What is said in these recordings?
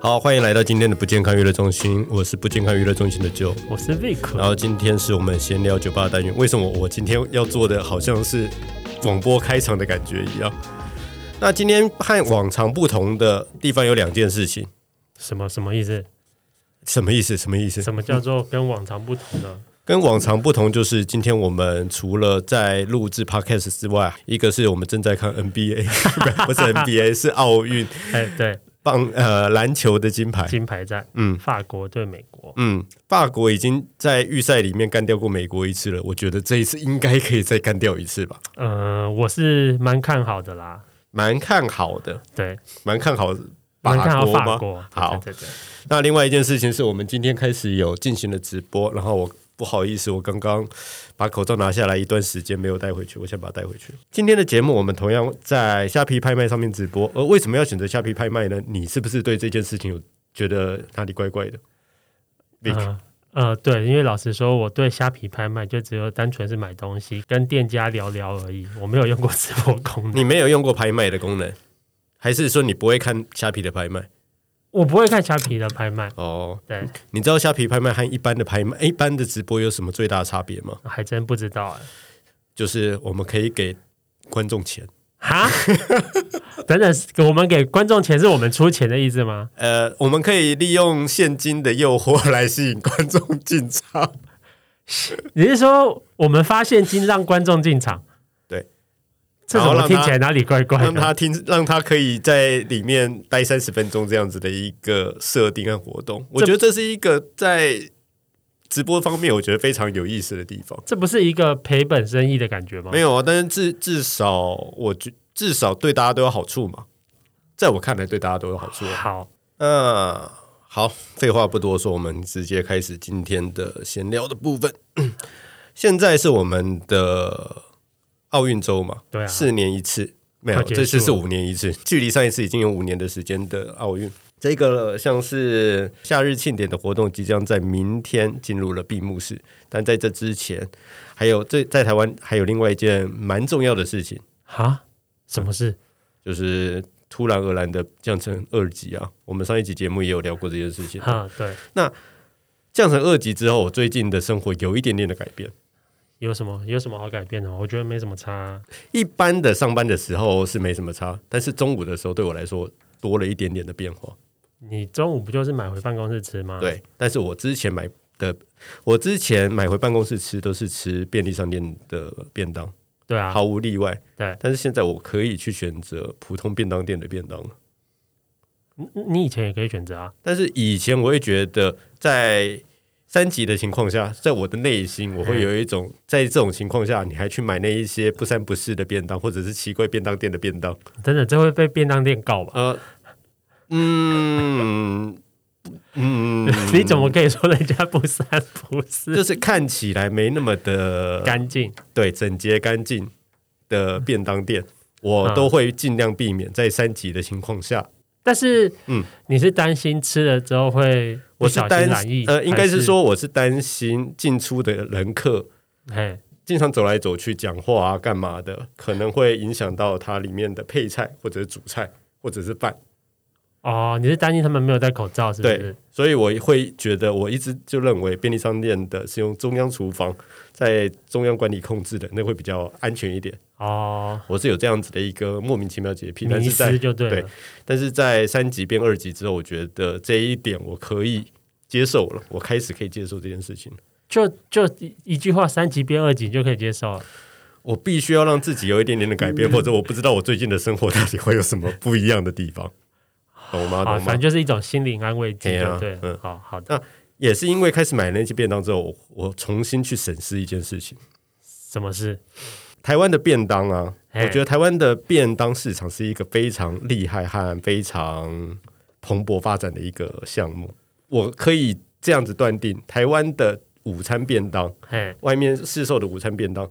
好，欢迎来到今天的不健康娱乐中心，我是不健康娱乐中心的 Joe。我是 Vic，然后今天是我们闲聊酒吧的单元，为什么我今天要做的好像是广播开场的感觉一样？那今天和往常不同的地方有两件事情，什么什么意思？什么意思？什么意思？什么叫做跟往常不同呢？跟往常不同，就是今天我们除了在录制 podcast 之外，一个是我们正在看 NBA，不 是 NBA，是奥运哎，对，棒呃篮球的金牌。金牌战，嗯法国对美国，嗯，法国已经在预赛里面干掉过美国一次了，我觉得这一次应该可以再干掉一次吧，呃，我是蛮看好的啦，蛮看好的，对，蛮看好蛮看好国法吗？国，好对对对，那另外一件事情是我们今天开始有进行了直播，然后我不好意思，我刚刚把口罩拿下来一段时间没有带回去，我先把它带回去。今天的节目我们同样在虾皮拍卖上面直播，而为什么要选择虾皮拍卖呢？你是不是对这件事情有觉得哪里怪怪的？Vic，、嗯呃，对，因为老实说，我对虾皮拍卖就只有单纯是买东西，跟店家聊聊而已，我没有用过直播功能，你没有用过拍卖的功能，还是说你不会看虾皮的拍卖？我不会看虾皮的拍卖，哦，对，你知道虾皮拍卖和一般的拍卖、一般的直播有什么最大的差别吗？还真不知道哎、就是我们可以给观众钱。哈， 等等，我们给观众钱是我们出钱的意思吗？呃，我们可以利用现金的诱惑来吸引观众进场。你是说我们发现金让观众进场？对，这然怎后么让听他起来哪里怪怪让的？他听，让他可以在里面待三十分钟这样子的一个设定和活动，我觉得这是一个在直播方面我觉得非常有意思的地方。这不是一个赔本生意的感觉吗没？有啊，但是至至少我觉至少对大家都有好处嘛，在我看来对大家都有好处、啊。好，嗯，好，废话不多说，我们直接开始今天的闲聊的部分。 现在是我们的奥运周嘛，对啊四年一次，没有，快结束这了次是五年一次，距离上一次已经有五年的时间的奥运。这个像是夏日庆典的活动，即将在明天进入了闭幕式，但在这之前，还有这在台湾还有另外一件蛮重要的事情，哈，什么事？就是突然而然的降成二级啊。我们上一集节目也有聊过这件事情。哈，嗯啊对，降成二级之后，我最近的生活有一点点的改变。有什么有什么好改变的吗？我觉得没什么差啊、一般的上班的时候是没什么差，但是中午的时候对我来说多了一点点的变化。你中午不就是买回办公室吃吗？，对，但是我之前买的，我之前买回办公室吃都是吃便利商店的便当，对啊，毫无例外。对但是现在我可以去选择普通便当店的便当了。你你以前也可以选择啊。但是以前我会觉得，在三级的情况下，在我的内心，我会有一种在这种情况下，你还去买那一些不三不四的便当，或者是奇怪便当店的便当，等等，这会被便当店告吧？，呃，嗯嗯你怎么可以说人家不三不四、就是看起来没那么的干净？对整洁干净的便当店，嗯我都会尽量避免在三级的情况下。但是，嗯嗯，你是担心吃了之后会不我是小心担染疫？呃，应该还是是，说我是担心进出的人客嘿，经常走来走去、讲话啊、干嘛的，可能会影响到它里面的配菜或者是主菜或者是饭。哦，你是担心他们没有戴口罩，是不对是？，所以我会觉得，我一直就认为便利商店的是用中央厨房在中央管理控制的，那会比较安全一点。哦，我是有这样子的一个莫名其妙洁癖，但迷是在失就对了。对但是在三级变二级之后，我觉得这一点我可以接受了，我开始可以接受这件事情了。就就一一句话，三级变二级你就可以接受了。我必须要让自己有一点点的改 变，或者我不知道我最近的生活到底会有什么不一样的地方，懂吗？好，懂哦反吗正？就是一种心灵安慰剂，嘿对啊不对？嗯好好的，也是因为开始买那些便当之后，我我重新去审视一件事情。什么事？台湾的便当啊，我嘿觉得台湾的便当市场是一个非常厉害和非常蓬勃发展的一个项目。我可以这样子断定，台湾的午餐便当，嘿，外面市售的午餐便当，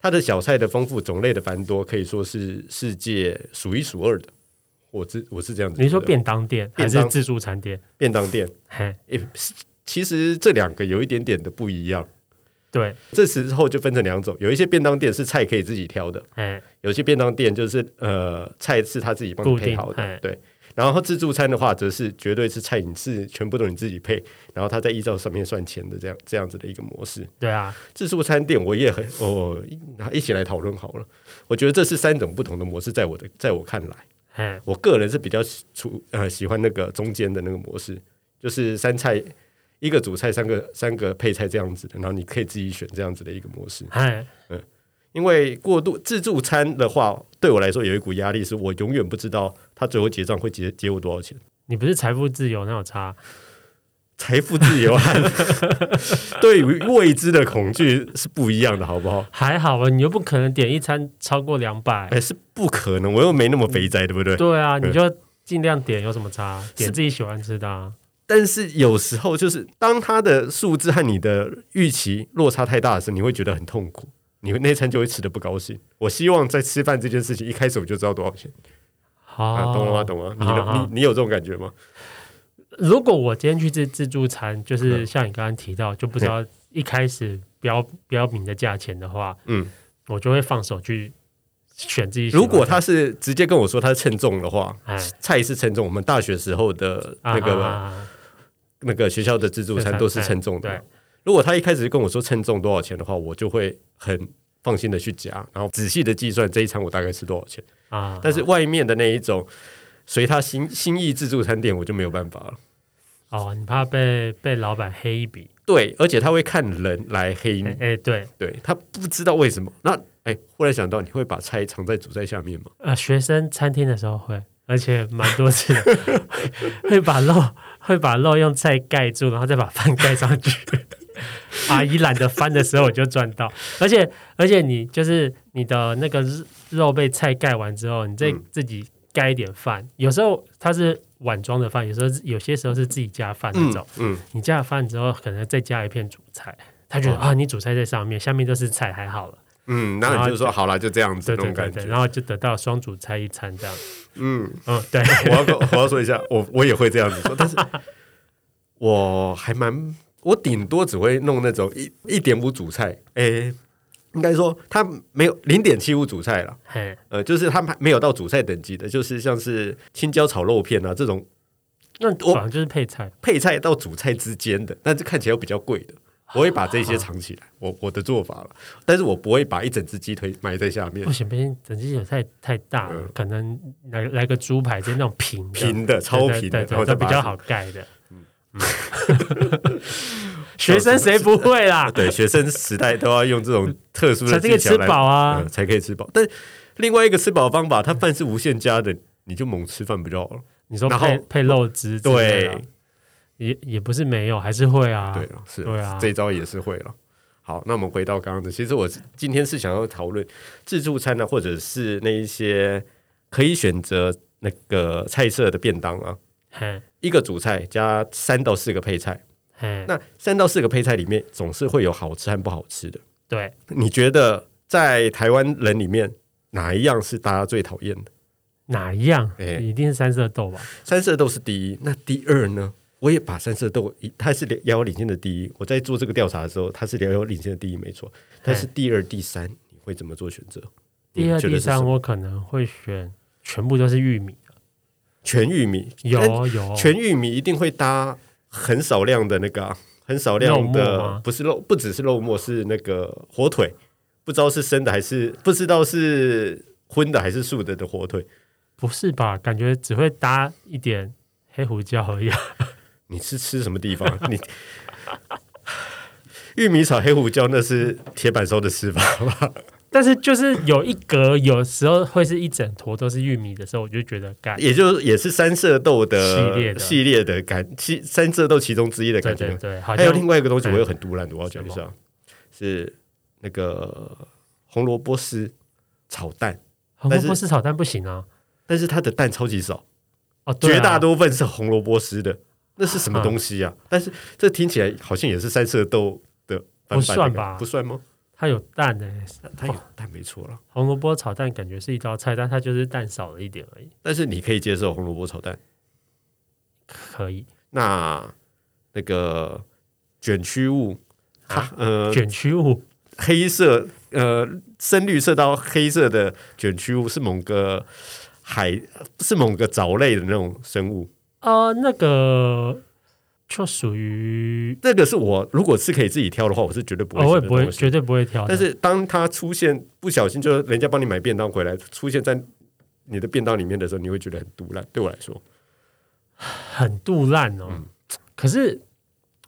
它的小菜的丰富，种类的繁多，可以说是世界数一数二的。我是我是这样子觉得。你说便当店还便是当自助餐店？便当店，嘿，诶、是其实这两个有一点点的不一样。对，这时候就分成两种，有一些便当店是菜可以自己挑的，嘿，有些便当店就是呃菜是他自己帮你固配定好的哎，对。然后自助餐的话，则是绝对是菜你是全部都你自己配，然后他再依照上面算钱的这样这样子的一个模式。对啊，自助餐店我也很哦，一一起来讨论好了。我觉得这是三种不同的模式，在我的在我看来，哎，我个人是比较喜出呃喜欢那个中间的那个模式，就是三菜一个主菜，三个三个配菜这样子的，然后你可以自己选这样子的一个模式。哎，因为过度自助餐的话，对我来说有一股压力，是我永远不知道他最后结账会结结我多少钱。你不是财富自由那有差？财富自由和 对于未知的恐惧是不一样的，好不好？还好啊，你又不可能点一餐超过两百、哎，是不可能，我又没那么肥宅，对不对？对啊，对你就尽量点，有什么差？点是自己喜欢吃的、啊。但是有时候就是当他的数字和你的预期落差太大的时候，你会觉得很痛苦，你会那餐就会吃的不高兴。我希望在吃饭这件事情一开始我就知道多少钱，好、啊、懂了吗？懂了吗？你哦好好呢？你你有这种感觉吗？如果我今天去自自助餐，就是嗯像你刚刚提到，就不知道一开始标标明的价钱的话，嗯，我就会放手去选自己喜欢如的。果他是直接跟我说他是称重的话，哎菜是称重。我们大学时候的那个、啊啊啊啊那个学校的自助餐都是称重的对嘛。如果他一开始就跟我说称重多少钱的话，我就会很放心的去夹，然后仔细的计算这一餐我大概吃多少钱。啊，但是外面的那一种随他心心意自助餐店，我就没有办法了。哦，你怕被被老板黑一笔？对，而且他会看人来黑你哎、，哎对，对他不知道为什么。那哎，忽然想到，你会把菜藏在主菜下面吗？呃，学生餐厅的时候会，而且蛮多次的， 会会把肉会把肉用菜盖住，然后再把饭盖上去。 阿姨懒得翻的时候，我就赚到。而且而且你就是你的那个肉肉被菜盖完之后，你再嗯自己盖一点饭。有时候它是碗装的饭，有时候是有些时候是自己加饭那种。嗯，你加了饭之后，可能再加一片主菜。他哦觉得、啊，你主菜在上面，下面都是菜，还好了。嗯，然后你就说好啦，就这样子对那对种对感对，觉。然后就得到双主菜一餐这样。嗯，嗯，对， 我要跟我要说一下，我我也会这样子说，但是我还蛮，我顶多只会弄那种一一点五主菜，诶、应该说它没有零点七五主菜了，嘿，呃，就是它没有到主菜等级的，就是像是青椒炒肉片啊这种那我反正就是配菜配菜到主菜之间的，但是看起来又比较贵的。我会把这些藏起来，我我的做法了，但是我不会把一整只鸡腿埋在下面不，行不行，整只有菜太大了，可能来来个猪排，就那种平的嗯平的超对平对的，对然后对，再都比把它较好 盖的。嗯，学生谁不会啦？ 对，学生时代都要用这种特殊才的这个技吃巧来，饱啊嗯，才可以吃饱。但另外一个吃饱的方法，它饭是无限加的，你就猛吃饭不就好了？你说然后配配肉汁之类的啊对，也也不是没有，还是会啊。对了，是对啊这招也是会了。好，那我们回到刚刚的，其实我是今天是想要讨论自助餐啊，或者是那一些可以选择那个菜色的便当啊，嘿，一个主菜加三到四个配菜。嘿，那三到四个配菜里面，总是会有好吃和不好吃的。对，你觉得在台湾人里面，哪一样是大家最讨厌的？哪一样？哎一定是三色豆吧？三色豆是第一，那第二呢？我也把三色豆，它是遥遥领先的第一。我在做这个调查的时候，它是遥遥领先的第一，没错。但是第二、第三，你会怎么做选择？第二、你觉得第嗯是什三，么我可能会选全部都是玉米。全玉米，但有有，全玉米一定会搭很少量的那个啊、很少肉量末吗的，不是肉，不只是肉末，是那个火腿，不知道是生的还是不知道是荤的还是素的的火腿。不是吧？感觉只会搭一点黑胡椒而已啊。 你是吃什么地方？你玉米炒黑胡椒那是铁板烧的吃法吧？但是就是有一格，有时候会是一整坨都是玉米的时候，我就觉得干。也就也是三色豆的系列的系列的感，其三色豆其中之一的对感觉。对对，好还像有另外一个东西，嗯我有很突然的，我要讲一下，是那个红萝卜丝炒蛋，红萝但是卜丝炒蛋不行啊。但是它的蛋超级少，哦，对啊绝大多分是红萝卜丝的，那是 什么东西啊？但是这听起来好像也是三色豆的翻版的感觉，不算吧哦不算吗？它有蛋诶、它它有蛋没错了，红萝卜炒蛋感觉是一道菜，但它就是蛋少了一点而已，但是你可以接受红萝卜炒蛋，可以。那那个卷曲物，它、啊呃卷曲物黑色呃深绿色到黑色的卷曲物是某个海是某个藻类的那种生物。呃，那个就属于这个是我如果是可以自己挑的话，我是绝对不会哦，我选也的不会，啊东西。绝对不会挑的。但是当它出现不小心，就是人家帮你买便当回来，出现在你的便当里面的时候，你会觉得很毒烂。对我来说，很肚烂哦。嗯可是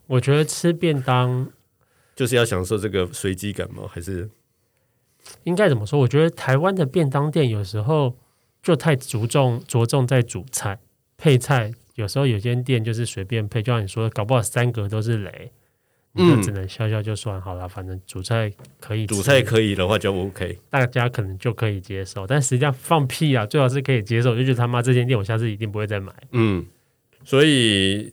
我觉得吃便当就是要享受这个随机感吗？还是应该怎么说？我觉得台湾的便当店有时候就太着重着重在主菜配菜，有时候有间店就是随便配，就像你说的，搞不好三格都是雷，你就嗯只能笑笑就算好了，反正主菜可以吃，主菜可以的话就 OK？大家可能就可以接受，但实际上放屁啊，最好是可以接受，我就觉得他妈这间店我下次一定不会再买。嗯，所以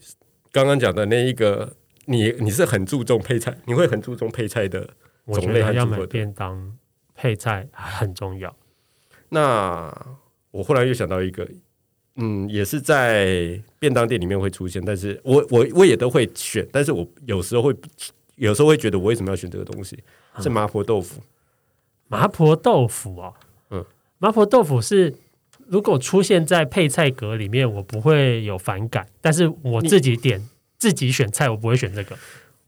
刚刚讲的那一个，你你是很注重配菜，你会很注重配菜的。我觉种类还得是要不买会的便当配菜很重要。那我忽然又想到一个，嗯，也是在便当店里面会出现，但是我我我也都会选，但是我有时候会有时候会觉得我为什么要选这个东西？是麻婆豆腐，麻婆豆腐哦，嗯麻婆豆腐是如果出现在配菜格里面，我不会有反感，但是我自己点自己选菜，我不会选这个。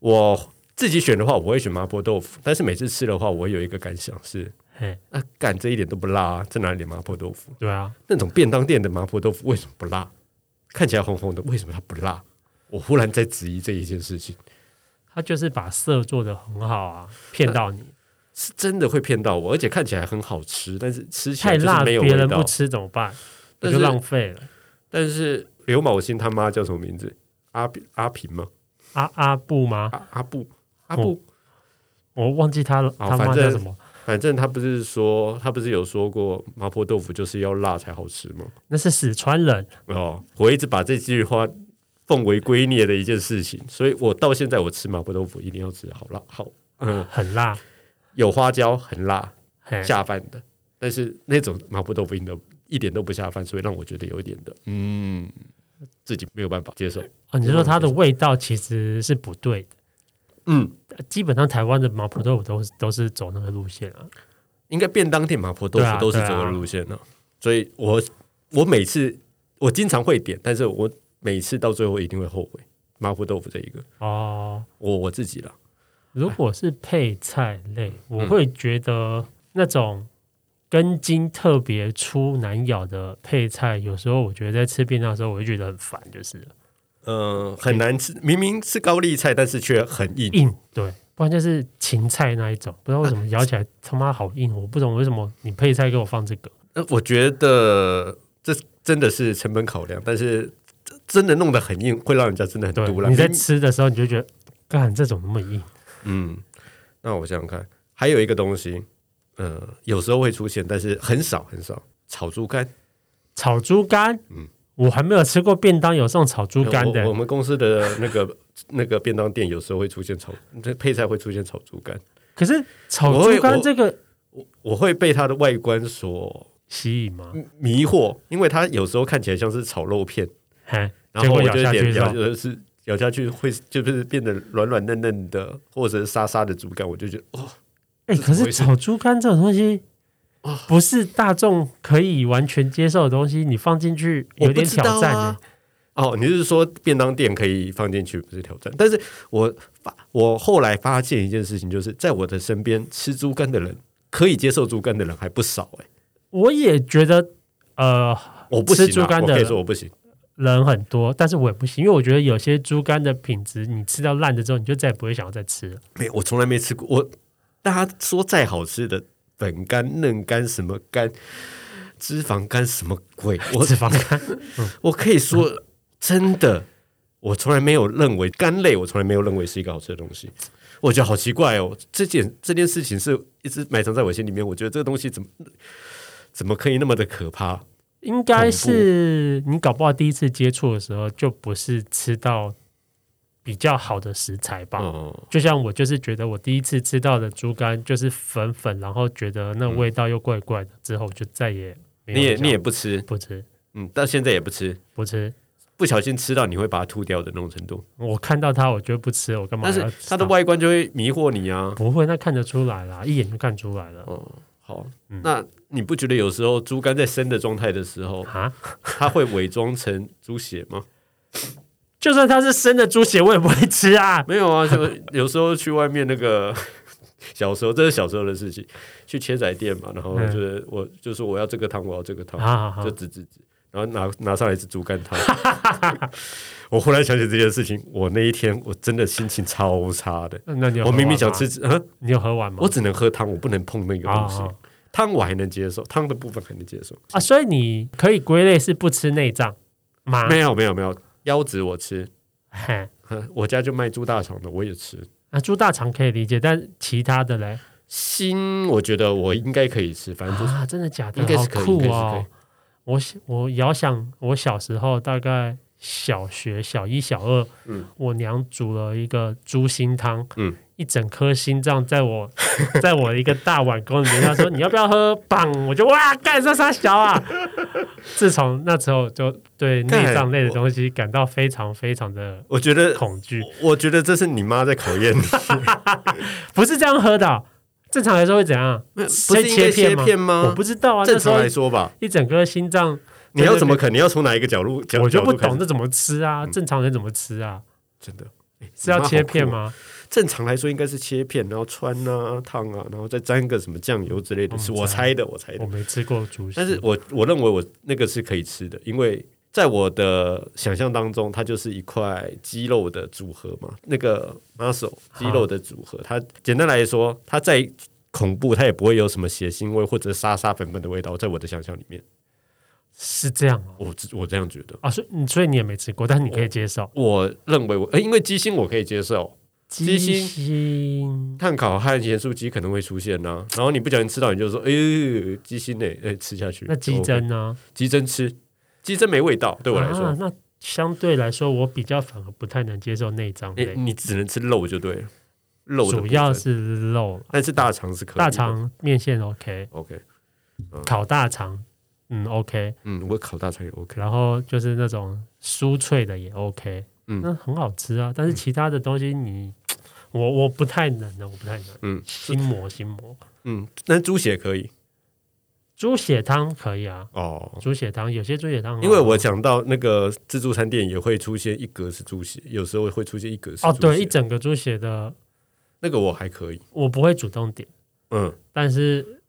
我自己选的话，我会选麻婆豆腐，但是每次吃的话，我会有一个感想是，嘿，啊，干这一点都不辣、啊，这哪里的麻婆豆腐？对啊，那种便当店的麻婆豆腐为什么不辣？看起来红红的，为什么它不辣？我忽然在质疑这一件事情，他就是把色做的很好啊，骗到你。是真的会骗到我，而且看起来很好吃，但是吃起太来就辣，是没有别味人不道。吃怎么办？那但是就浪费了。但是刘某新他妈叫什么名字？阿比阿平吗？阿阿布啊吗？阿阿布阿布，哦我忘记他了，哦他妈反叫正什么？反正他不是说他不是有说过麻婆豆腐就是要辣才好吃吗？那是四川人。哦，我一直把这句话奉为圭臬的一件事情，所以我到现在我吃麻婆豆腐一定要吃好辣好，嗯，很辣，有花椒很辣，嘿，下饭的，但是那种麻婆豆腐一点都一点都不下饭，所以让我觉得有一点的，嗯，自己没有办法接受。哦，你是说它的味道其实是不对的。嗯，基本上台湾的麻婆豆腐都是都是走那个路线啊。应该便当店麻婆豆对啊腐都是对啊这个路线的、所以我我每次我经常会点，但是我每次到最后一定会后悔麻婆豆腐这一个，哦，我我自己啦，如果是配菜类，我会觉得那种根茎特别粗难咬的配菜，有时候我觉得在吃便当的时候，我会觉得很烦，就是了嗯、很难吃，明明是高丽菜，但是却很硬。硬，对，不然就是芹菜那一种，不知道为什么咬起来他妈好硬，我不懂为什么你配菜给我放这个，呃，我觉得这真的是成本考量，但是真真的弄得很硬，会让人家真的很对毒，了。你在明吃的时候你就觉得，干这种那么硬，嗯，那我想想看，还有一个东西，呃，有时候会出现，但是很少很少，炒猪肝。炒猪肝，我还没有吃过便当有送炒猪肝嗯我我的，们公司的那个 那个便当店有时候会出现炒，这配菜会出现炒猪肝，可是炒我会猪肝我这个我会被它的外观所吸引吗？迷惑，因为它有时候看起来像是炒肉片，嘿，然结后我果咬就下去点之咬后。就是。咬下去会就是变得软软嫩嫩的，或者是沙沙的猪肝，我就觉得哦，哎、这可怎么啊是回事炒猪肝这种东西，不是大众可以完全接受的东西，你放进去我有不点知道挑战、欸啊哦，你是说便当店可以放进去，不是挑战？但是我发我后来发现一件事情，就是在我的身边吃猪肝的人，可以接受猪肝的人还不少哎、我也觉得，呃，我不行、啊，吃猪肝的我可以说我不行。人很多，但是我也不行，因为我觉得有些猪肝的品质，你吃到烂的之后，你就再也不会想要再吃了。没有，哎我从来没吃过。我大家说再好吃的本肝、嫩肝、什么肝、脂肪肝什么鬼，我脂肪肝， 我可以说真的，我从来没有认为肝类，我从来没有认为是一个好吃的东西。我觉得好奇怪哦，这件这件事情是一直埋藏在我心里面。我觉得这个东西怎么怎么可以那么的可怕？应该是你搞不好第一次接触的时候，就不是吃到比较好的食材吧。哦，就像我就是觉得我第一次吃到的猪肝就是粉粉，然后觉得那味道又怪怪的，之后就再也没有你也想你也不吃，不吃嗯，到现在也不吃，不吃。不小心吃到你会把它吐掉的那种程度。我看到它，我觉得不吃，我干嘛但要是吃？它的外观就会迷惑你啊。不会，那看得出来啦，一眼就看出来了。哦，好，那你不觉得有时候猪肝在生的状态的时 候，啊，它会伪装成猪血吗？就算它是生的猪血，我也不会吃啊。没有啊， 就有时候去外面那 个小时候，这是小时候的事情，去切仔店嘛，然后嗯就是我就说我要这个汤，我要这个汤，好好嗯好就指指指，然后拿拿上来是猪肝汤。 我忽然想起这件事情，我那一天我真的心情超差的，那你有我喝明明完想吗，吃，啊，你有喝完吗？我只能喝汤，我不能碰那个东西好好好。汤我还能接受，汤的部分还能接受。啊，所以你可以归类是不吃内脏吗？没有没有没有，啊腰子我吃， 嘿，呵我家就卖猪大肠的，我也吃。啊，猪大肠可以理解，但其他的嘞心我觉得我应该可以吃，反正就是啊，真的假的？应该好是可以应酷该是可哦以！我想我遥想我小时候大概小学小一小二，嗯我娘煮了一个猪心汤，嗯一整颗心脏在我 在我一个大碗公里面，她说你要不要喝？棒，我就哇干这啥小啊！ 自从那之后就对干内脏类的我东西感到非常非常的我觉得，恐惧。我觉得这是你妈在考验 你，不是这样喝的哦、正常来说会怎样？不会是应该切片吗？片吗？我不知道啊，那正时常候来说吧，一整个心脏，你要怎么啃？你要从哪一个角度？角我就不角度开始懂这怎么吃啊？嗯正常人怎么吃啊？真的哎是要你妈好切片酷哦吗？正常来说应该是切片，然后穿啊、烫啊，然后再沾个什么酱油之类的，嗯是我猜的，我猜我的。没吃过猪心，但是我我认为我那个是可以吃的，因为在我的想象当中，它就是一块肌肉的组合嘛，那个 muscle 肌肉的组合。它简单来说，它再恐怖，它也不会有什么血腥味或者沙沙粉粉的味道，在我的想象里面，是这样哦、我我这样觉得。啊，所以你所以你也没吃过，但你可以接受我认为我，呃因为鸡心我可以接受，鸡鸡心碳烤和盐酥鸡可能会出现呐、然后你不小心吃到，你就说：“哎、鸡心呢、哎、吃下去。”那鸡胗，呢？鸡胗吃，鸡胗没味道，对我来说，啊，那相对来说，我比较反而不太能接受内脏哎、类，你只能吃肉就对了，肉的部主分要，是肉，但是大肠是可以的大肠面线 OK， OK，烤大肠嗯 OK，嗯，我烤大肠也 OK，然后就是那种酥脆的也 OK，嗯那很好吃啊。但是其他的东西你，我我不太能的，我不太能，嗯心魔心魔。嗯，那猪血可以猪血汤可以啊，哦。猪血汤有些猪血汤很好因为我讲到那个自助餐店也会出现一格是猪血，有时候会出现一格是哦，猪对，血一整个猪血的那个我还可以，我不会主动点，嗯，但是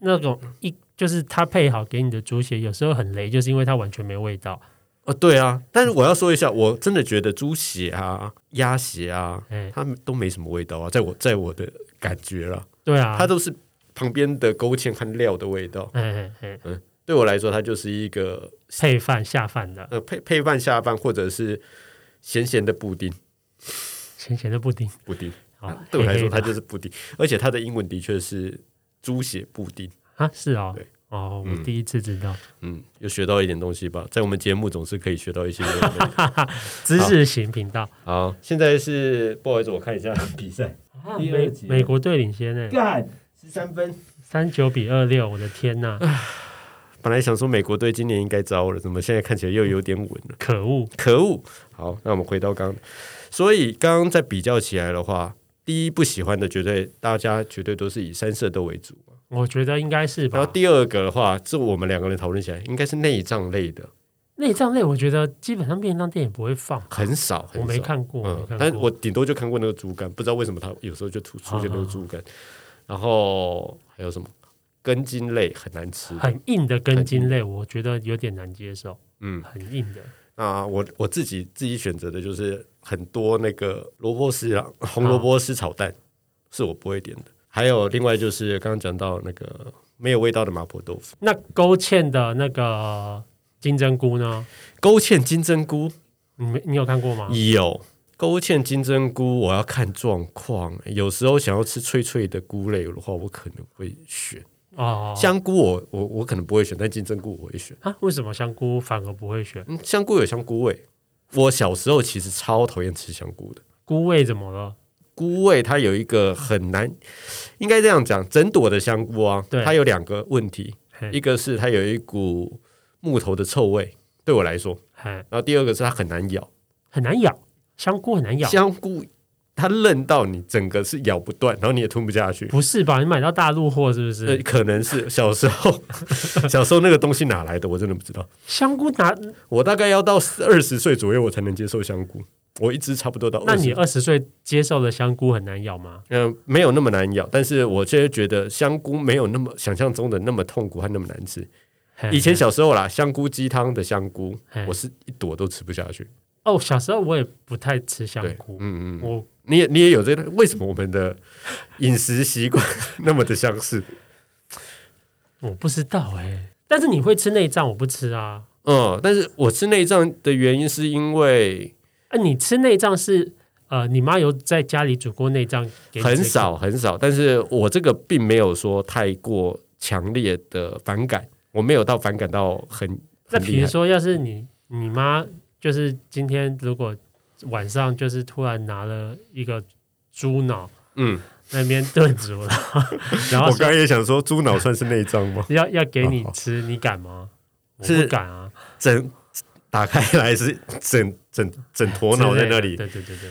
那种一就是它配好给你的猪血，有时候很雷，就是因为它完全没味道。哦对啊，但是我要说一下，我真的觉得猪血啊、鸭血啊，哎，它们都没什么味道啊，在我在我的感觉了，对啊，它都是旁边的勾芡和料的味道。哎哎哎，对我来说，它就是一个配饭下饭的呃配配饭下饭，或者是咸咸的布丁，咸咸的布丁，哦布丁。好啊对我来黑说，黑它的就是布丁，而且它的英文的确是猪血布丁。啊是哦对，哦，嗯我第一次知道。嗯，有学到一点东西吧，在我们节目总是可以学到一些有用的东 西。知识型频道，好，现在是不好意思，我看一下比 赛，第二啊美集美国队领先呢，干十三分。三九比二六，我的天呐，本来想说美国队今年应该糟了，怎么现在看起来又有点稳了？可恶！可恶！好，那我们回到刚刚，所以刚刚在比较起来的话，第一不喜欢的绝对大家绝对都是以三色豆为主，我觉得应该是然吧后。第二个的话，这我们两个人讨论起来，应该是内脏类的，内脏类，我觉得基本上便当店也不会放，很少，很少我没。看过，我没嗯看，但过啊我顶多就看过那个猪肝，不知道为什么它有时候就出出现那个猪肝。然后还有什么根茎类很难吃的，很硬的根茎类，我觉得有点难接受，嗯，很硬的。那我我自己自己选择的就是很多那个萝卜丝啊，红萝卜丝炒蛋、是我不会点的。还有另外就是刚刚讲到那个没有味道的麻婆豆腐，那勾芡的那个金针菇呢？勾芡金针菇你没你有看过吗？有。勾芡金针菇，我要看状况。有时候想要吃脆脆的菇类的话，我可能会选哦，香菇我。我我可能不会选，但金针菇我会选。啊，为什么香菇反而不会选？嗯，香菇有香菇味。我小时候其实超讨厌吃香菇的。菇味怎么了？菇味它有一个很难，应该这样讲，整朵的香菇啊对，它有两个问题，嘿一个是它有一股木头的臭味，对我来说，嘿然后第二个是它很难咬，很难咬，香菇很难咬。香菇它嫩到你整个是咬不断，然后你也吞不下去。不是吧？你买到大陆货是不呃，是？可能是小时候， 小时候那个东西哪来的，我真的不知道。香菇拿？我大概要到二十岁左右，我才能接受香菇。我一直差不多到20。那你二十岁接受的香菇很难咬吗？嗯、没有那么难咬，但是我却觉得香菇没有那么想象中的那么痛苦和那么难吃。嘿以前小时候啦，香菇鸡汤的香菇嘿，我是一朵都吃不下去。哦，小时候我也不太吃香对，菇，嗯嗯，我你也你也有这个？为什么我们的饮食习惯 那么的相似？我不知道哎、但是你会吃内脏，我不吃啊。嗯，但是我吃内脏的原因是因为啊，你吃内脏是呃，你妈有在家里煮过内脏给你吃很少很少，但是我这个并没有说太过强烈的反感，我没有到反感到很那很比厉如害。说，要是你你妈就是今天如果晚上就是突然拿了一个猪脑嗯，那边炖煮 了，然后我说刚刚也想说，猪脑算是内脏吗？要要给你哦好吃，你敢吗？我是不敢啊， 整打开来是整整整坨脑在那之类里。的对对对对，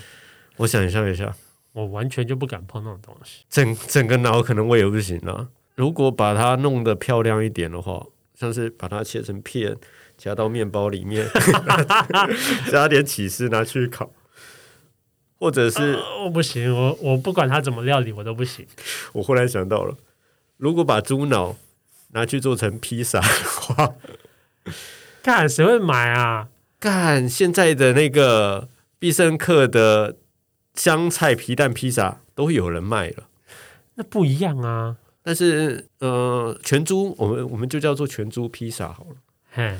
我想象一下，我完全就不敢碰那种东西。整整个脑可能我也不行了。如果把它弄得漂亮一点的话，像是把它切成片，夹到面包里面， 加点起司拿去烤，或者是呃我不行，我我不管它怎么料理，我都不行。我忽然想到了，如果把猪脑拿去做成披萨的话，看谁会买啊？干现在的那个必胜客的香菜皮蛋披萨都有人卖了。那不一样啊。但是呃，全猪我们我们就叫做全猪披萨好了，嘿，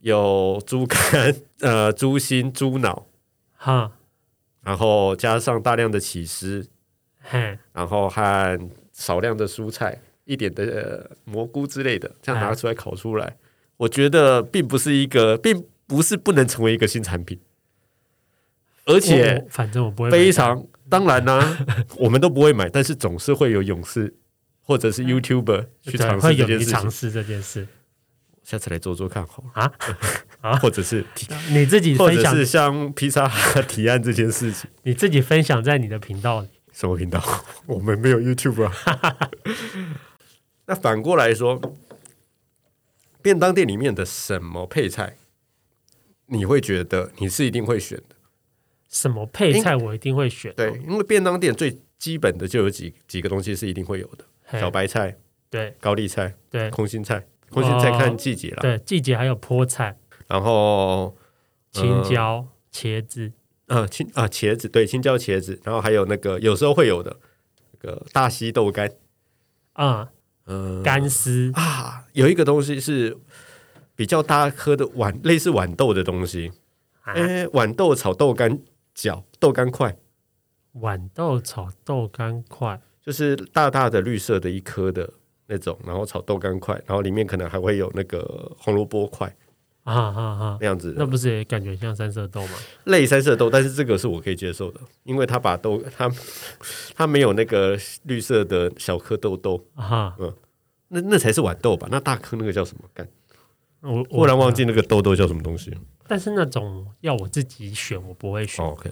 有猪肝、呃猪心、猪脑，哈，然后加上大量的起司，嘿，然后和少量的蔬菜，一点的、呃蘑菇之类的，这样拿出来烤出来，我觉得并不是一个，并不是不能成为一个新产品，而而且反正我不会买非常当然啦、 我们都不会买，但是总是会有勇士或者是 YouTuber 去嗯对尝会试这有件你事情尝。试这件事。下次来做做看好了啊 啊或者是提 你自己或分者享是像披萨哈提案这件事情，你自己分享在你的频道里。什么频道？ 我们没有 YouTube 啊。 那反过来说，便当店里面的什么配菜，你会觉得你是一定会选的？什么配菜我一定会选。对，因为便当店最基本的就有几几个东西是一定会有的：嘿，小白菜、对高丽菜、对空心菜。空心菜哦看季节啦，对，季节还有菠菜、然后嗯青椒、茄子，啊，青啊茄子，对，青椒茄子，然后还有那个有时候会有的那个大溪豆干，啊，嗯、干丝，啊，有一个东西是比较大颗的豌，类似豌豆的东西，啊哎、豌豆炒豆干角，豆干块，豌豆炒豆干块，就是大大的绿色的一颗的那种，然后炒豆干块，然后里面可能还会有那个红萝卜块啊啊啊！那样子的那不是也感觉像三色豆吗？类三色豆，但是这个是我可以接受的，因为它把豆 它它没有那个绿色的小颗豆豆。啊，那那才是豌豆吧？那大颗那个叫什么？干，我忽然忘记。那个豆豆叫什么东西。但是那种要我自己选，我不会选， OK，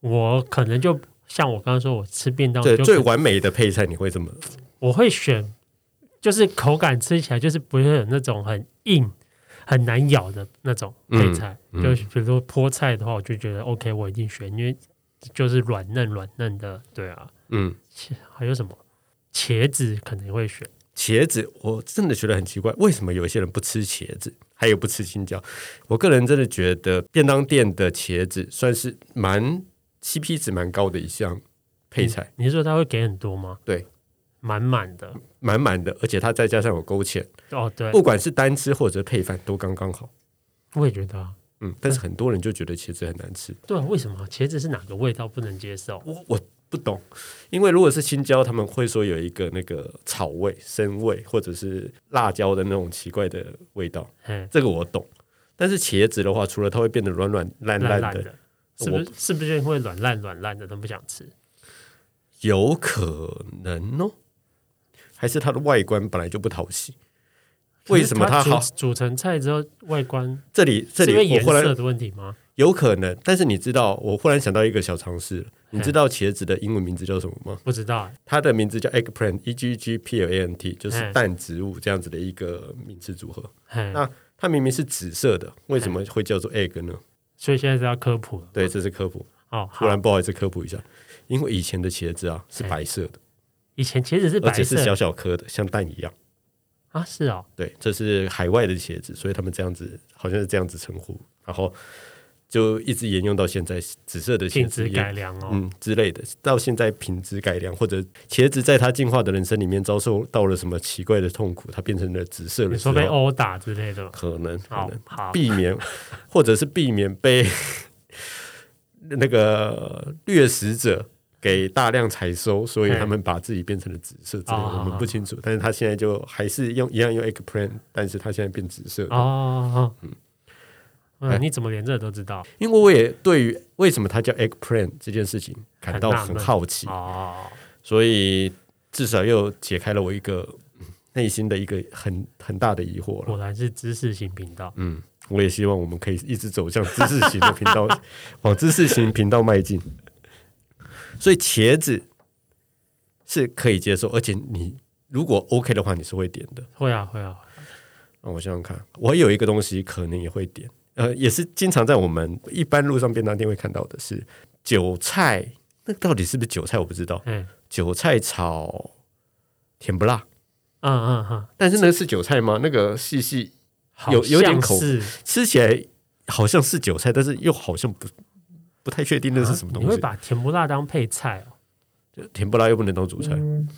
我可能就像我刚刚说，我吃便当，对，我就最完美的配菜你会怎么？我会选，就是口感吃起来就是不会有那种很硬、很难咬的那种配菜。嗯嗯就是比如说菠菜的话，我就觉得 OK，我一定选，因为就是软嫩软嫩的。对啊，嗯，切还有什么茄子可能会选，茄子，我真的觉得很奇怪，为什么有一些人不吃茄子，还有不吃青椒？我个人真的觉得便当店的茄子算是蛮 CP 值蛮高的一项配菜，你是说他会给很多吗？对，满满的。满满的，而且它再加上有勾芡，哦，对，不管是单吃或者配饭都刚刚好。我也觉得、啊，嗯，但是很多人就觉得茄子很难吃，对啊，为什么茄子是哪个味道不能接受？我我不懂，因为如果是青椒，他们会说有一个那个草味、生味，或者是辣椒的那种奇怪的味道，嘿，这个我懂。但是茄子的话，除了它会变得软软烂烂烂烂的，的，是不是是不是会软烂软烂的都不想吃？有可能哦，还是它的外观本来就不讨喜。为什么它它好？煮煮成菜之后外观这里这是因为里我颜忽然色的问题吗？有可能，但是你知道，我忽然想到一个小常识，你知道茄子的英文名字叫什么吗？不知道欸，它的名字叫 eggplant，e g g p l a n t，就是嗯蛋植物这样子的一个名词组合。嘿那它明明是紫色的，为什么会叫做 egg 呢？所以现在是要科普了。对，这是科普。哦，忽好，然不好意思科普一下，因为以前的茄子啊是白色的，以前茄子是而白且是色小小颗的，像蛋一样。啊，是哦，对，这是海外的茄子，所以他们这样子好像是这样子称呼，然后就一直沿用到现在，紫色的茄品子质也改良哦，嗯之类的，到现在品质改良，或者茄子在它进化的人生里面遭受到了什么奇怪的痛苦，它变成了紫色的你时说被候，殴打之类的吗，可能可好能好，避免， 或者是避免被 那个掠食者给大量采收，所以嘿他们把自己变成了紫色之类的，哦好我们好不清楚。但是它现在就还是用一样用 eggplant，但是它现在变紫色的。哦，哎嗯，你怎么连这都知道？因为我也对于为什么它叫 eggplant 这件事情感到很纳很闷好奇，哦，所以至少又解开了我一个嗯内心的一个很很大的疑惑了。果然是知识型频道。嗯，我也希望我们可以一直走向知识型的频道， 往知识型频道迈进。所以茄子是可以接受，而且你如果 OK 的话，你是会点的。会啊，会啊，让我想想看，我有一个东西可能也会点，呃，也是经常在我们一般路上便当店会看到的是韭菜，那到底是不是韭菜我不知道，嗯韭菜炒甜不辣。嗯嗯嗯，但是那是韭菜吗？那个细细好有有点像口是吃起来好像是韭菜，但是又好像不不太确定那是什么啊你东会西。把甜不辣当配菜哦？甜不辣又不能当主菜，嗯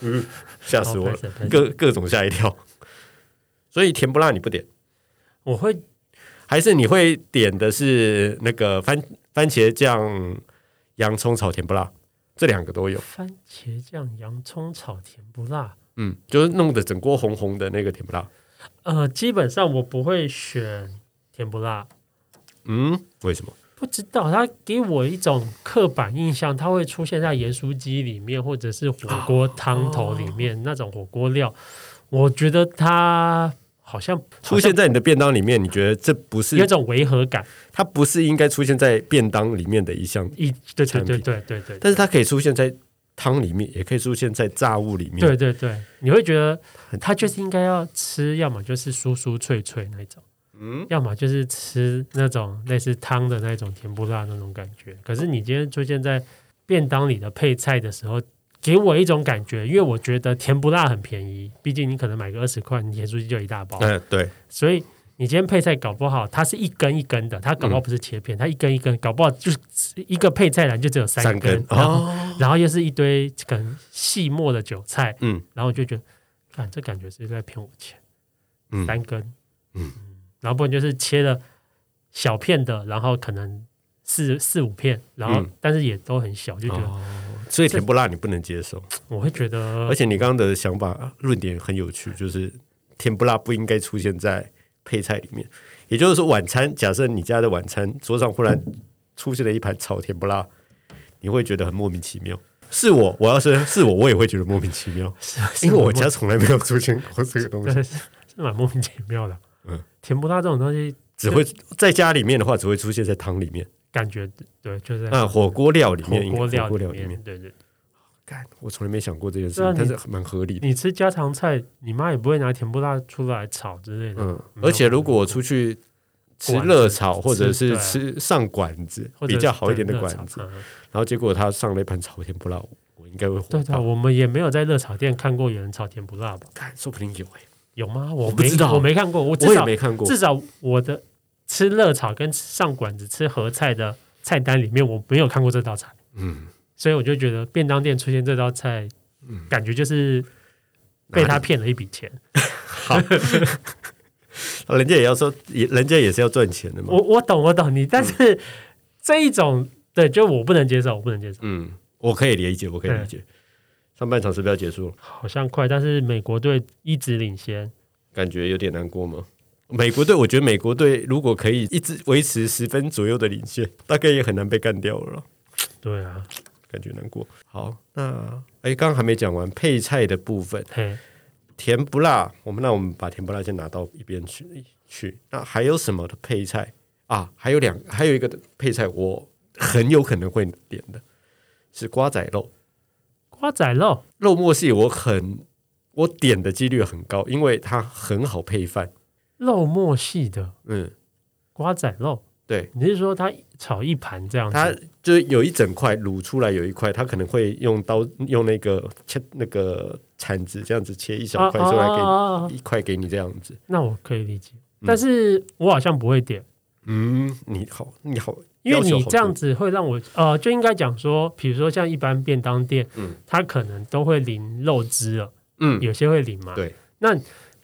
嗯 吓、死我哦了拍，手拍手各各种吓一跳。所以甜不辣你不点，我会还是你会点的是那个番番茄酱洋葱炒甜不辣，这两个都有。番茄酱洋葱炒甜不辣。嗯，就是弄得整锅红红的那个甜不辣。呃，基本上我不会选甜不辣，嗯，为什么？不知道它给我一种刻板印象，它会出现在盐酥鸡里面，或者是火锅哦汤头里面、那种火锅料。我觉得它好像出现在你的便当里面，你觉得这不是有一种违和感。它不是应该出现在便当里面的一项，一对对产对品对对对，但是它可以出现在汤里面，也可以出现在炸物里面。对对对，你会觉得它就是应该要吃，要么就是酥酥脆脆那种，嗯，要么就是吃那种类似汤的那种甜不辣那种感觉。可是你今天出现在便当里的配菜的时候，给我一种感觉，因为我觉得甜不辣很便宜，毕竟你可能买个二十块，你盐酥鸡就一大包，嗯，对，所以。你今天配菜搞不好，它是一根一根的，它嗯搞不好不是切片，它一根一根，搞不好就是一个配菜篮就只有三三根，根然后哦，然后又是一堆可能细末的韭菜，嗯然后我就觉得，看这感觉是在骗我钱，嗯三根，嗯然后不然就是切了小片的，然后可能四四五片，然后、嗯但是也都很小，就觉得、哦所以甜不辣你不能接受，我会觉得而且你刚刚的想法论点很有趣，就是甜不辣不应该出现在配菜里面。也就是说，晚餐假设你家的晚餐桌上忽然出现了一盘炒甜不辣，你会觉得很莫名其妙。是我，我要是是我，我也会觉得莫名其妙，是因为我觉家从来没有出现过这个东西。得是是蛮莫名其妙的，嗯甜不辣这种东西只会在家里面的话，只会出现在汤里面，感觉对，就是在啊，火锅料里火面，锅料火锅料里里面。对对，对干，我从来没想过这件事对啊情，但是蛮合理的。你吃家常菜，你妈也不会拿甜不辣出来炒之类的，嗯，没有而且如果我出去吃馆子热炒，或者是对啊吃上馆子或者比较好一对点的热馆炒子，嗯嗯然后结果他上了一盘炒甜不辣，我应该会火对对，大。啊我们也没有在热炒店看过有人炒甜不辣吧？干，说不定有哎，有吗？我我不没知道我没看过。我我至也少没看过。至少我的吃热炒跟上馆子吃合菜的菜单里面，我没有看过这道菜，嗯，所以我就觉得便当店出现这道菜，嗯感觉就是被哪他里骗了一笔钱。好，人家也要说，也人家也是要赚钱的嘛我。我懂，我懂你，但嗯是这一种对，就我不能接受，我不能接受。嗯，我可以理解，我可以理解。上半场是不是要结束了？好像快，但是美国队一直领先，感觉有点难过吗？美国队，我觉得美国队如果可以一直维持十分左右的领先，大概也很难被干掉了啦，对啊，感觉难过。好，那哎，刚刚还没讲完配菜的部分，嘿，甜不辣，我们那我们把甜不辣先拿到一边去去。那还有什么的配菜啊？还有两，还有一个的配菜我很有可能会点的是瓜仔肉，瓜仔肉肉末系我很我点的几率很高，因为它很好配饭。肉末系的嗯，瓜仔肉，对，你是说它炒一盘这样它子？就是有一整块卤出来，有一块，它可能会用刀用那个切那个铲子这样子切一小块出来给你，嗯啊一块给你这样子。那我可以理解，但是我好像不会点，嗯，你好，你好，因为你这要求好样多子会让我呃，就应该讲说，比如说像一般便当店，嗯它可能都会淋肉汁了，嗯，有些会淋嘛。对，那比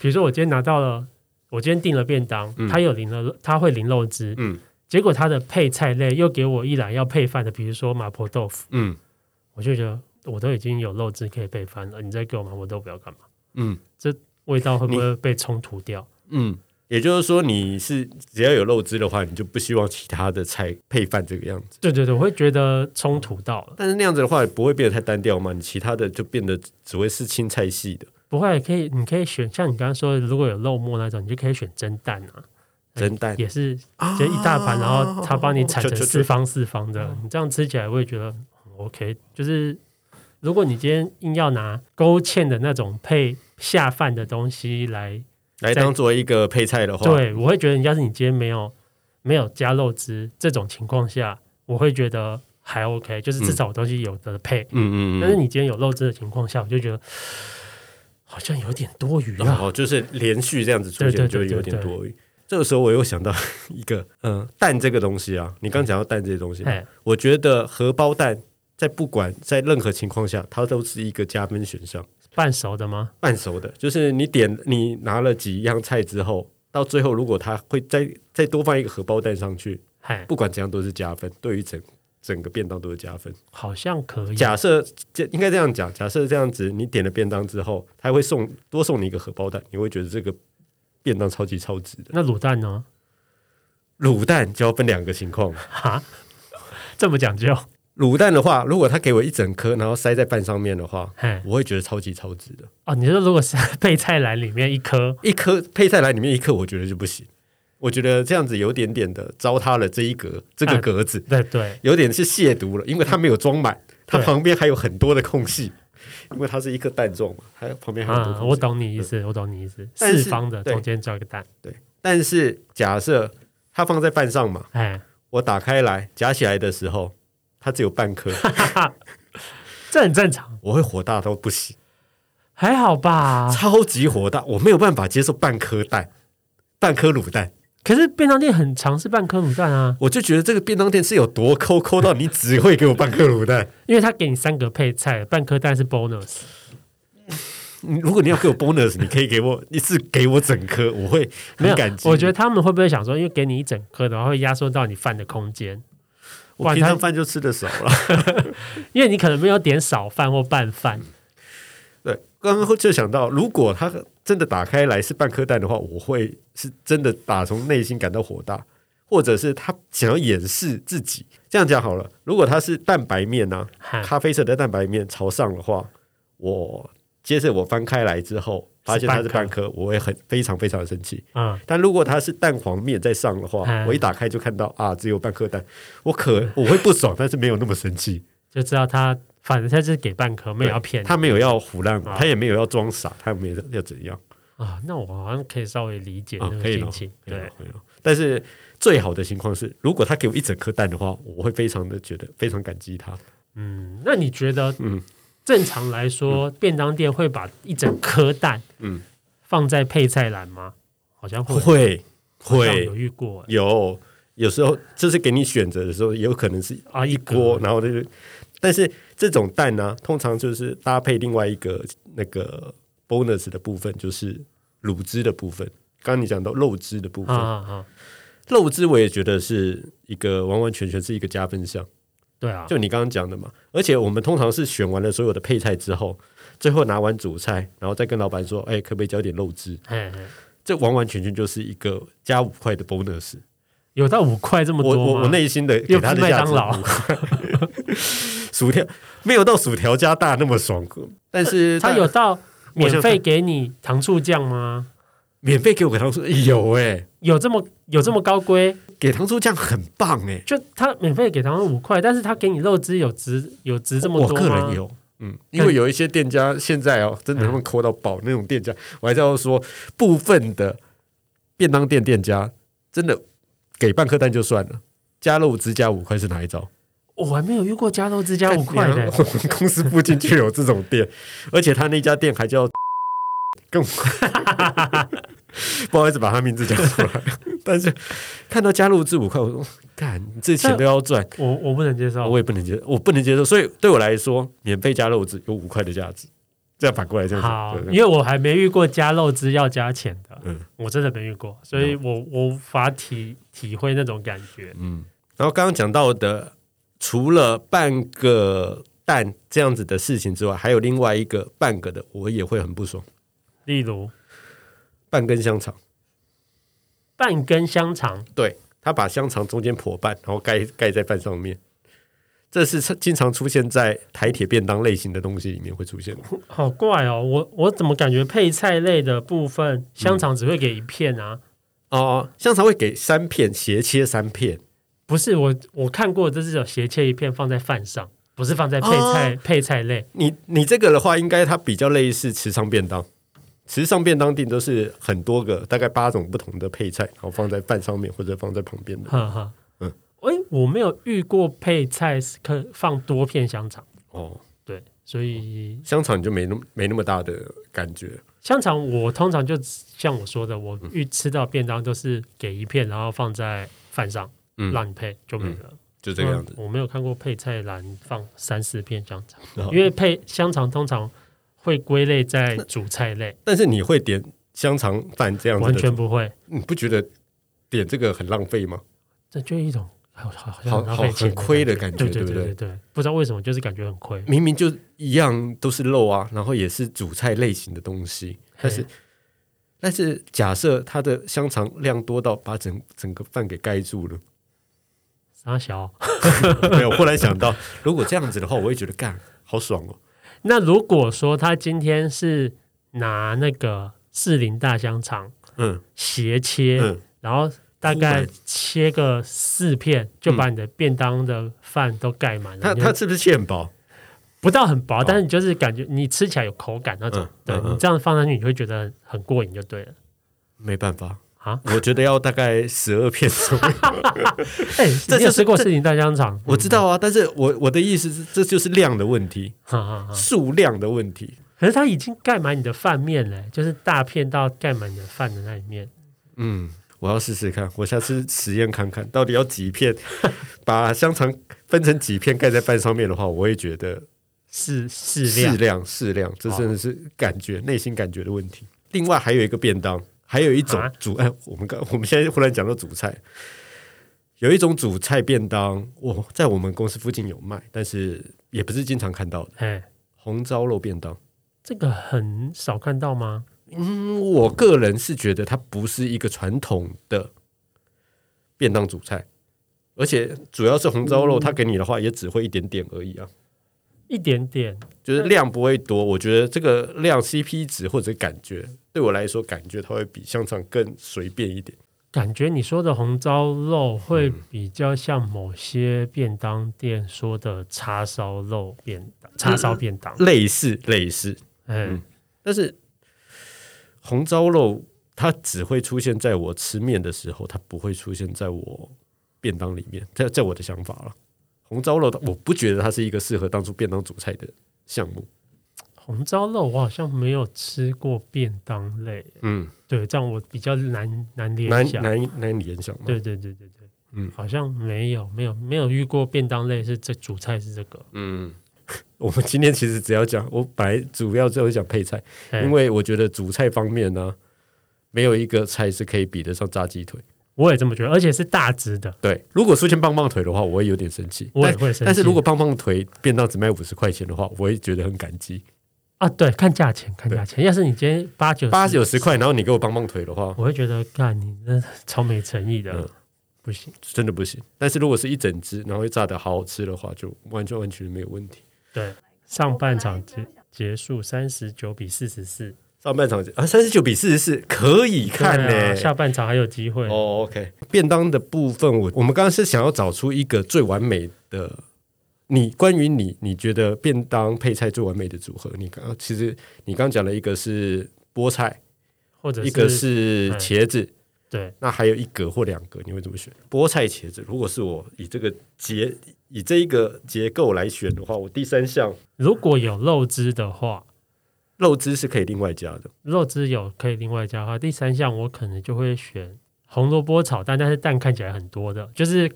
如说我今天拿到了，我今天订了便当，嗯它有淋了，它会淋肉汁，嗯结果它的配菜类又给我一篮要配饭的，比如说麻婆豆腐，嗯我就觉得我都已经有肉汁可以配饭了，你再给我麻婆豆腐要干嘛？嗯味道会不会被冲突掉？嗯，也就是说，你是只要有肉汁的话，你就不希望其他的菜配饭这个样子。对对对，我会觉得冲突到了，但是那样子的话，不会变得太单调嘛？你其他的就变得只会是青菜系的不会可以，你可以选像你刚刚说，的，如果有肉末那种，你就可以选蒸蛋啊，蒸蛋，也是就一大盘，然后它帮你铲成啊就就就四方四方的，你这样吃起来会觉得嗯 OK。就是如果你今天硬要拿勾芡的那种配下饭的东西来，来在当做一个配菜的话，对我会觉得，要是你今天没有没有加肉汁这种情况下，我会觉得还 OK，就是至少我东西有的配。嗯，嗯嗯但是你今天有肉汁的情况下，我就觉得好像有点多余啊了。哦，就是连续这样子出对对现，对就有对点对多余。这个时候我又想到一个，嗯，蛋这个东西啊，你刚讲到蛋这个东西嘛，哎，我觉得荷包蛋在不管在任何情况下，它都是一个加分选项。半熟的吗？半熟的，就是你点你拿了几样菜之后，到最后如果它会再再多放一个荷包蛋上去，哎，不管怎样都是加分，对于整整个便当都是加分。好像可以。假设这应该这样讲，假设这样子，你点了便当之后，他会送多送你一个荷包蛋，你会觉得这个便当超级超值的。那卤蛋呢？卤蛋就要分两个情况，哈，这么讲究？卤蛋的话，如果他给我一整颗，然后塞在饭上面的话，哎，我会觉得超级超值的。哦，你说如果是配菜篮里面一颗，一颗配菜篮里面一颗，我觉得就不行。我觉得这样子有点点的糟蹋了这一格这个格子，对对，有点是亵渎了，因为它没有装满，它嗯对旁边还有很多的空隙，因为它是一颗蛋状嘛，还有旁边还有很多啊，空我隙。懂你意思，我懂你意思，但是四方的对中间找一个蛋，但是假设它放在饭上嘛，哎，我打开来夹起来的时候，它只有半 颗，这很正常，我会火大到不行，还好吧？ 超级火大，我没有办法接受半颗蛋，半颗卤蛋。可是便当店很常是半颗卤蛋啊，我就觉得这个便当店是有多抠抠到你只会给我半颗卤蛋，因为他给你三个配菜，半颗蛋是 bonus，你如果你要给我 bonus，你可以给我一次给我整颗，我会没很有感，激。我觉得他们会不会想说，因为给你一整颗的话，会压缩到你饭的空间，我平常饭就吃的少了。 因为你可能没有点少饭或半饭，对，刚刚就想到，如果他真的打开来是半颗蛋的话，我会是真的打从内心感到火大，或者是他想要掩饰自己。这样讲好了，如果他是蛋白面呢、哈咖啡色的蛋白面朝上的话，我接着我翻开来之后，发现它是半颗，我会很非常非常的生气。啊，但如果它是蛋黄面在上的话嗯，我一打开就看到啊，只有半颗蛋，我可我会不爽，但是没有那么生气。就知道他反正他就是给半 颗，没有要骗你他没有要胡乱啊我，他也没有要装傻，他也没有要怎样啊。那我好像可以稍微理解啊那，个可以心了，情，可以了对，可以了。但是最好的情况是，如果他给我一整颗蛋的话，我会非常的觉得非常感激他。嗯，那你觉得，嗯正常来说，便当店会把一整颗蛋，嗯放在配菜篮吗？好像会，会好像有会遇过欸有有时候就是给你选择的时候，有可能是啊，一锅，锅然后就是，但是这种蛋呢、通常就是搭配另外一个那个 bonus 的部分，就是卤汁的部分。刚刚你讲到肉汁的部啊分，啊啊，肉汁我也觉得是一个完完全全是一个加分项。对啊，就你刚刚讲的嘛，而且我们通常是选完了所有的配菜之后，最后拿完主菜，然后再跟老板说，哎、可不可以加点肉汁？嘿嘿这完完全全就是一个加五块的 bonus。有到五块这么我多吗我我内心的给他的又不是麦价值当劳五块，薯条没有到薯条加大那么爽，但是他有到免费给你糖醋酱吗？免费给我给糖醋有哎、有这么有这么高规？给糖醋酱很棒哎、就他免费给糖五块，但是他给你肉汁有值有值这么我多个吗？人有。嗯，因为有一些店家现在哦，真的他们抠到爆、那种店家，我还是要说，部分的便当店店家真的给半颗蛋就算了，加肉只加五块是哪一招？我还没有遇过加肉汁加五块干的娘，我们公司附近就有这种店，而且他那家店还叫更，不好意思把他名字讲出来。但是看到加入至五块，我说哦干，你这钱都要赚，我我不能接受。我也不能接受，我不能接受。所以对我来说，免费加肉汁有五块的价值。这样反过来这样好想，对，因为我还没遇过加肉汁要加钱的，嗯我真的没遇过，所以我我无法体体会那种感觉。嗯。然后刚刚讲到的，除了半个蛋这样子的事情之外，还有另外一个半个的，我也会很不爽。例如半根香肠。半根香肠，对他把香肠中间剖半，然后盖盖在饭上面。这是经常出现在台铁便当类型的东西里面会出现的。好怪哦！我我怎么感觉配菜类的部嗯分香肠只会给一片啊？哦，香肠会给三片，斜切三片。不是我我看过，这是有斜切一片放在饭上，不是放在配菜、哦配菜类。你你这个的话，应该它比较类似池上便当。池上便当店都是很多个，大概八种不同的配菜，然后放在饭上面或者放在旁边的。哈哈，嗯嗯，哎，我没有遇过配菜是可放多片香肠，哦，对，所以香肠你就没那么没那么大的感觉。香肠我通常就像我说的，我遇吃到便当都是给一片，然后放在饭上嗯，让你配就没了，就这个样子。嗯我没有看过配菜栏放三四片香肠，然后因为配香肠通常会归类在主菜类，但是你会点香肠饭这样子的，完全不会，你不觉得点这个很浪费吗？这就一种好好好好像浪好费钱很的亏感觉的感觉，对对对不对对对？对，不知道为什么就是感觉很亏，明明就一样都是肉啊，然后也是主菜类型的东西，但是嘿但是假设它的香肠量多到把整整个饭给盖住了， 傻小。哦没有。忽然想到，如果这样子的话，我会觉得干好爽哦。那如果说他今天是拿那个士林大香肠嗯斜切，嗯，然后大铺概满嗯切个四片，就把你的便当的饭都盖满了。它你它就是不是馅薄？不到很薄，但是你就是感觉你吃起来有口感那种。哦嗯对、嗯嗯你这样放上去，你会觉得很过瘾就对了没办法， 啊。我觉得要大概十二片左右。哎、这你就有是吃过这士林大香肠？ 我知道啊，但是我我的意思是，这就是量的问题，哈哈哈。数量的问题。可是它已经盖满你的饭面了，就是大片到盖满你的饭的那一面。嗯，我要试试看，我下次实验看看，到底要几片， 把香肠分成几片盖在饭上面的话，我也觉得适适适量，量适量，这好真的是感觉、内心感觉的问题。另外还有一个便当，还有一种啊主哎、我们刚我们现在忽然讲到主菜，有一种主菜便当，我在我们公司附近有卖，但是也不是经常看到的哎，红烧肉便当。这个很少看到吗？嗯，我个人是觉得它不是一个传统的便当主菜，而且主要是红烧肉，它给你的话也只会一点点而已啊，一点点，就是量不会多。我觉得这个量 CP 值或者感觉，对我来说感觉它会比香肠更随便一点。感觉你说的红烧肉嗯会比较像某些便当店说的叉烧肉便当，嗯叉烧便当。类似类似，嗯，但是红烧肉它只会出现在我吃面的时候，它不会出现在我便当里面。在在我的想法了，红烧肉它我不觉得它是一个适合当做便当主菜的项目。红烧肉我好像没有吃过便当类，嗯，对，这样我比较难难联难想。难难联想嘛。对对对对对，嗯好像没有没有没有遇过便当类是这主菜是这个，嗯，我们今天其实只要讲，我本来主要就是讲配菜，哎因为我觉得主菜方面呢、没有一个菜是可以比得上炸鸡腿。我也这么觉得，而且是大只的，对，如果出现棒棒腿的话，我会有点生气。我也但会生气但是如果棒棒腿便当只卖五十块钱的话，我会觉得很感激。啊，对，看价钱看价钱，要是你今天八九八九十块，然后你给我棒棒腿的话，我会觉得，干你那超没诚意的，嗯不行。真的不行。但是如果是一整只，然后又炸的好好吃的话，就完全完全没有问题。对，上半场结结束三十九比四十四，上半场啊，三十九比四十四，可以看呢、对啊下半场还有机会。哦、o k 便当的部分，我我们刚刚是想要找出一个最完美的你，关于你，你觉得便当配菜最完美的组合？你刚其实你刚讲了一个是菠菜，或者一个是茄子，对那还有一格或两格，你会怎么选？菠菜、茄子。如果是我以这个结以这一个结构来选的话，我第三项如果有肉汁的话，肉汁是可以另外加的。肉汁有可以另外加的话，第三项我可能就会选红萝卜炒蛋，但是蛋看起来很多的，就是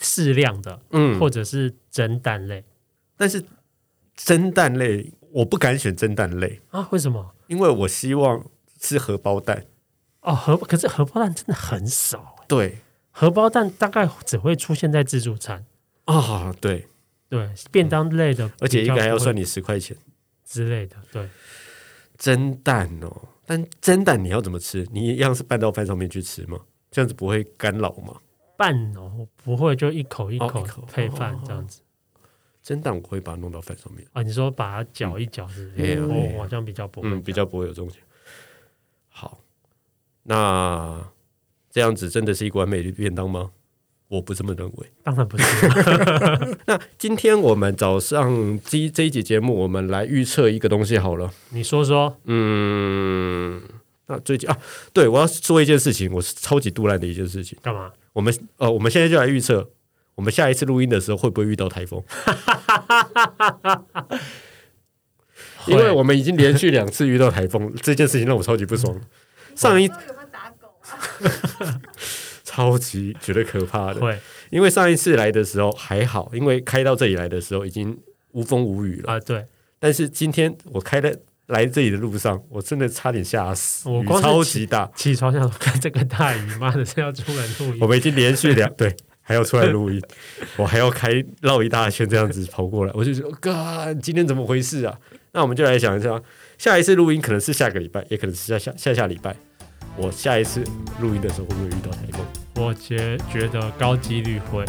适量的，嗯或者是蒸蛋类但是蒸蛋类我不敢选蒸蛋类，啊？为什么？因为我希望吃荷包蛋。哦，荷可是荷包蛋真的很少，对荷包蛋大概只会出现在自助餐，啊、对，对便当类的，嗯而且一个还要算你你十块钱。之类的，对，蒸蛋哦，但蒸蛋你要怎么吃？你一样是拌到饭上面去吃吗？这样子不会干扰吗？拌哦，我不会就一口一口哦一口配饭这样子。蒸蛋我会把它弄到饭上面，啊，你说把它搅一搅是不哎是？呀我、哎呀好像比较不会、嗯，比较不会有这种情况。好，那这样子真的是一个完美的便当吗？我不这么认为。当然不 是。那今天我们早上这一这一集节目，我们来预测一个东西好了。你说说，嗯，那最近啊，对我要说一件事情，我是超级杜烂的一件事情。干嘛？我们呃，我们现在就来预测，我们下一次录音的时候会不会遇到台 风？因为我们已经连续两次遇到台风， 这件事情让我超级不爽。上一都有没有打狗啊？超级觉得可怕的，会因为上一次来的时候还好，因为开到这里来的时候已经无风无雨了。啊，对但是今天我开在来这里的路上，我真的差点吓死，我雨光是超级大。起床想说看这个大姨妈的是要出门录我音，们已经连续两对，还要出来录 音，我还要开绕一大圈这样子跑过来，我 就说，哥，今天怎么回事啊？那我们就来想一下，下一次录音可能是下个礼拜，也可能是下下下下礼拜。我下一次录音的时候会不会遇到台风？我觉觉得高几率会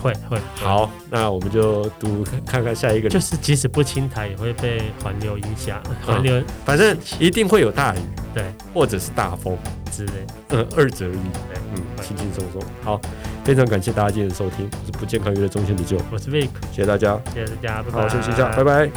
会会，好，那我们就读看看下一个礼就拜，是即使不清台也会被环流影响，嗯环流、反正一定会有大雨对或者是大风，之类，嗯，二者而已，对，嗯，会轻轻松松。好，非常感谢大家今天的收听，我是不健康娱乐中心的舅，我是 Vic，谢谢大家，谢谢大家，拜好，拜，休息一下，拜拜。